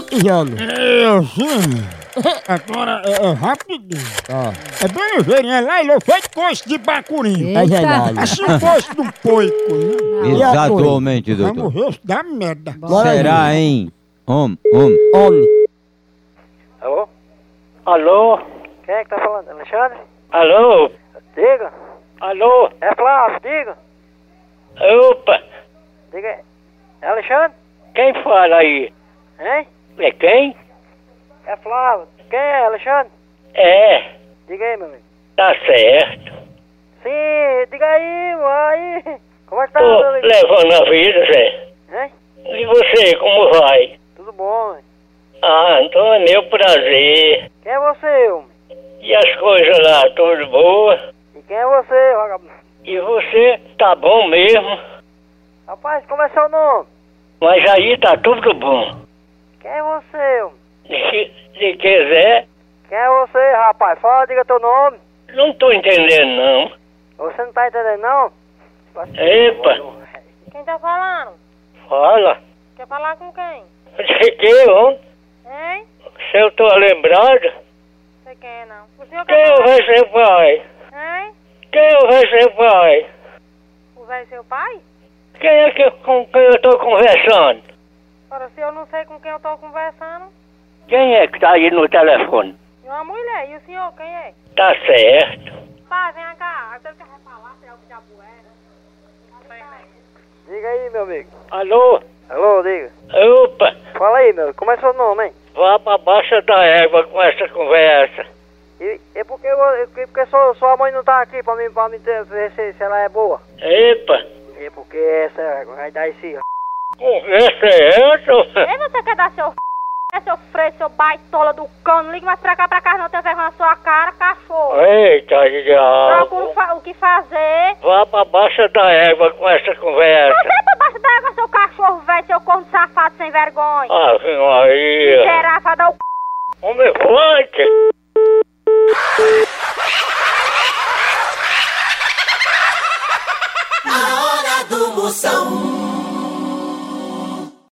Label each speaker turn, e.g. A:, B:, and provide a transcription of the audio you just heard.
A: espirrando.
B: Eu sim. É, hum. Agora é, é rapidinho.
A: Ah,
B: É bem ligeirinho, é lá ele é feito coice de bacurinho.
A: É
C: Eita.
A: verdade.
B: Assim fosse do poico, né?
A: E a cor?
D: Exatamente,
B: Vai
D: doutor.
B: morrer, isso dá merda.
A: Bora aí.
D: Será, hein? Homem, homem.
A: Homem.
E: Alô?
F: Alô?
E: Quem é que tá falando? Alexandre?
F: Alô?
E: Diga.
F: Alô?
E: É Flávio, diga.
F: Opa!
E: Diga aí. É Alexandre?
F: Quem fala aí?
E: Hein?
F: É quem?
E: É Flávio. Quem é, Alexandre?
F: É,
E: Diga aí, meu amigo.
F: tá certo.
E: Sim, diga aí, mano. Aí. Como é que tá,
F: Tô
E: doutor?
F: levando a vida, Zé.
E: Hein?
F: E você, como vai?
E: Tudo bom, hein?
F: Ah, então é meu prazer.
E: Quem é você, homem?
F: E as coisas lá, tudo boa?
E: E quem é você, vagabundo?
F: E você, tá bom mesmo?
E: Rapaz, como é seu nome?
F: Mas aí tá tudo bom.
E: Quem é você, homem?
F: De que, de que Zé?
E: Quem é você, rapaz? Fala, diga teu nome.
F: Não tô entendendo, não.
E: Você não tá entendendo, não?
F: Epa,
G: Quem tá falando?
F: fala.
G: Quer falar com quem?
F: De que, homem?
G: Hein?
F: Se eu tô lembrado...
G: Você quer não? O senhor
F: Quem
G: quer
F: vai ser pai?
G: falar? Hein?
F: Quem é vai ser pai?
G: O velho seu pai?
F: Quem é que, com quem eu tô conversando?
G: Ora, se eu não sei com quem eu tô conversando,
F: Quem é que tá aí no telefone?
G: é uma mulher. E o senhor quem é?
F: Tá certo.
G: Pai, vem cá. Aquele que vai falar, se é o que diabo é, né? Não sei, né?
E: Diga aí, meu amigo.
F: Alô?
E: Alô, diga.
F: Opa,
E: Fala aí, meu. Como é seu nome, hein?
F: vá pra baixa da égua com essa conversa.
E: E, e por que eu- e porque sua, sua mãe não tá aqui pra mim, pra mim ter, ver se, se ela é boa?
F: Epa,
E: E porque essa vai dar esse.
F: conversa é essa?
G: Ei, você quer dar seu f... É seu freio, seu baitola do cão. Não liga mais pra cá, pra cá, não. Tem vergonha na sua cara, cachorro.
F: Eita,
G: Troca o
F: diabo.
G: fa- o que fazer.
F: Vá pra baixa da égua com essa
G: Você
F: conversa. Ah, é.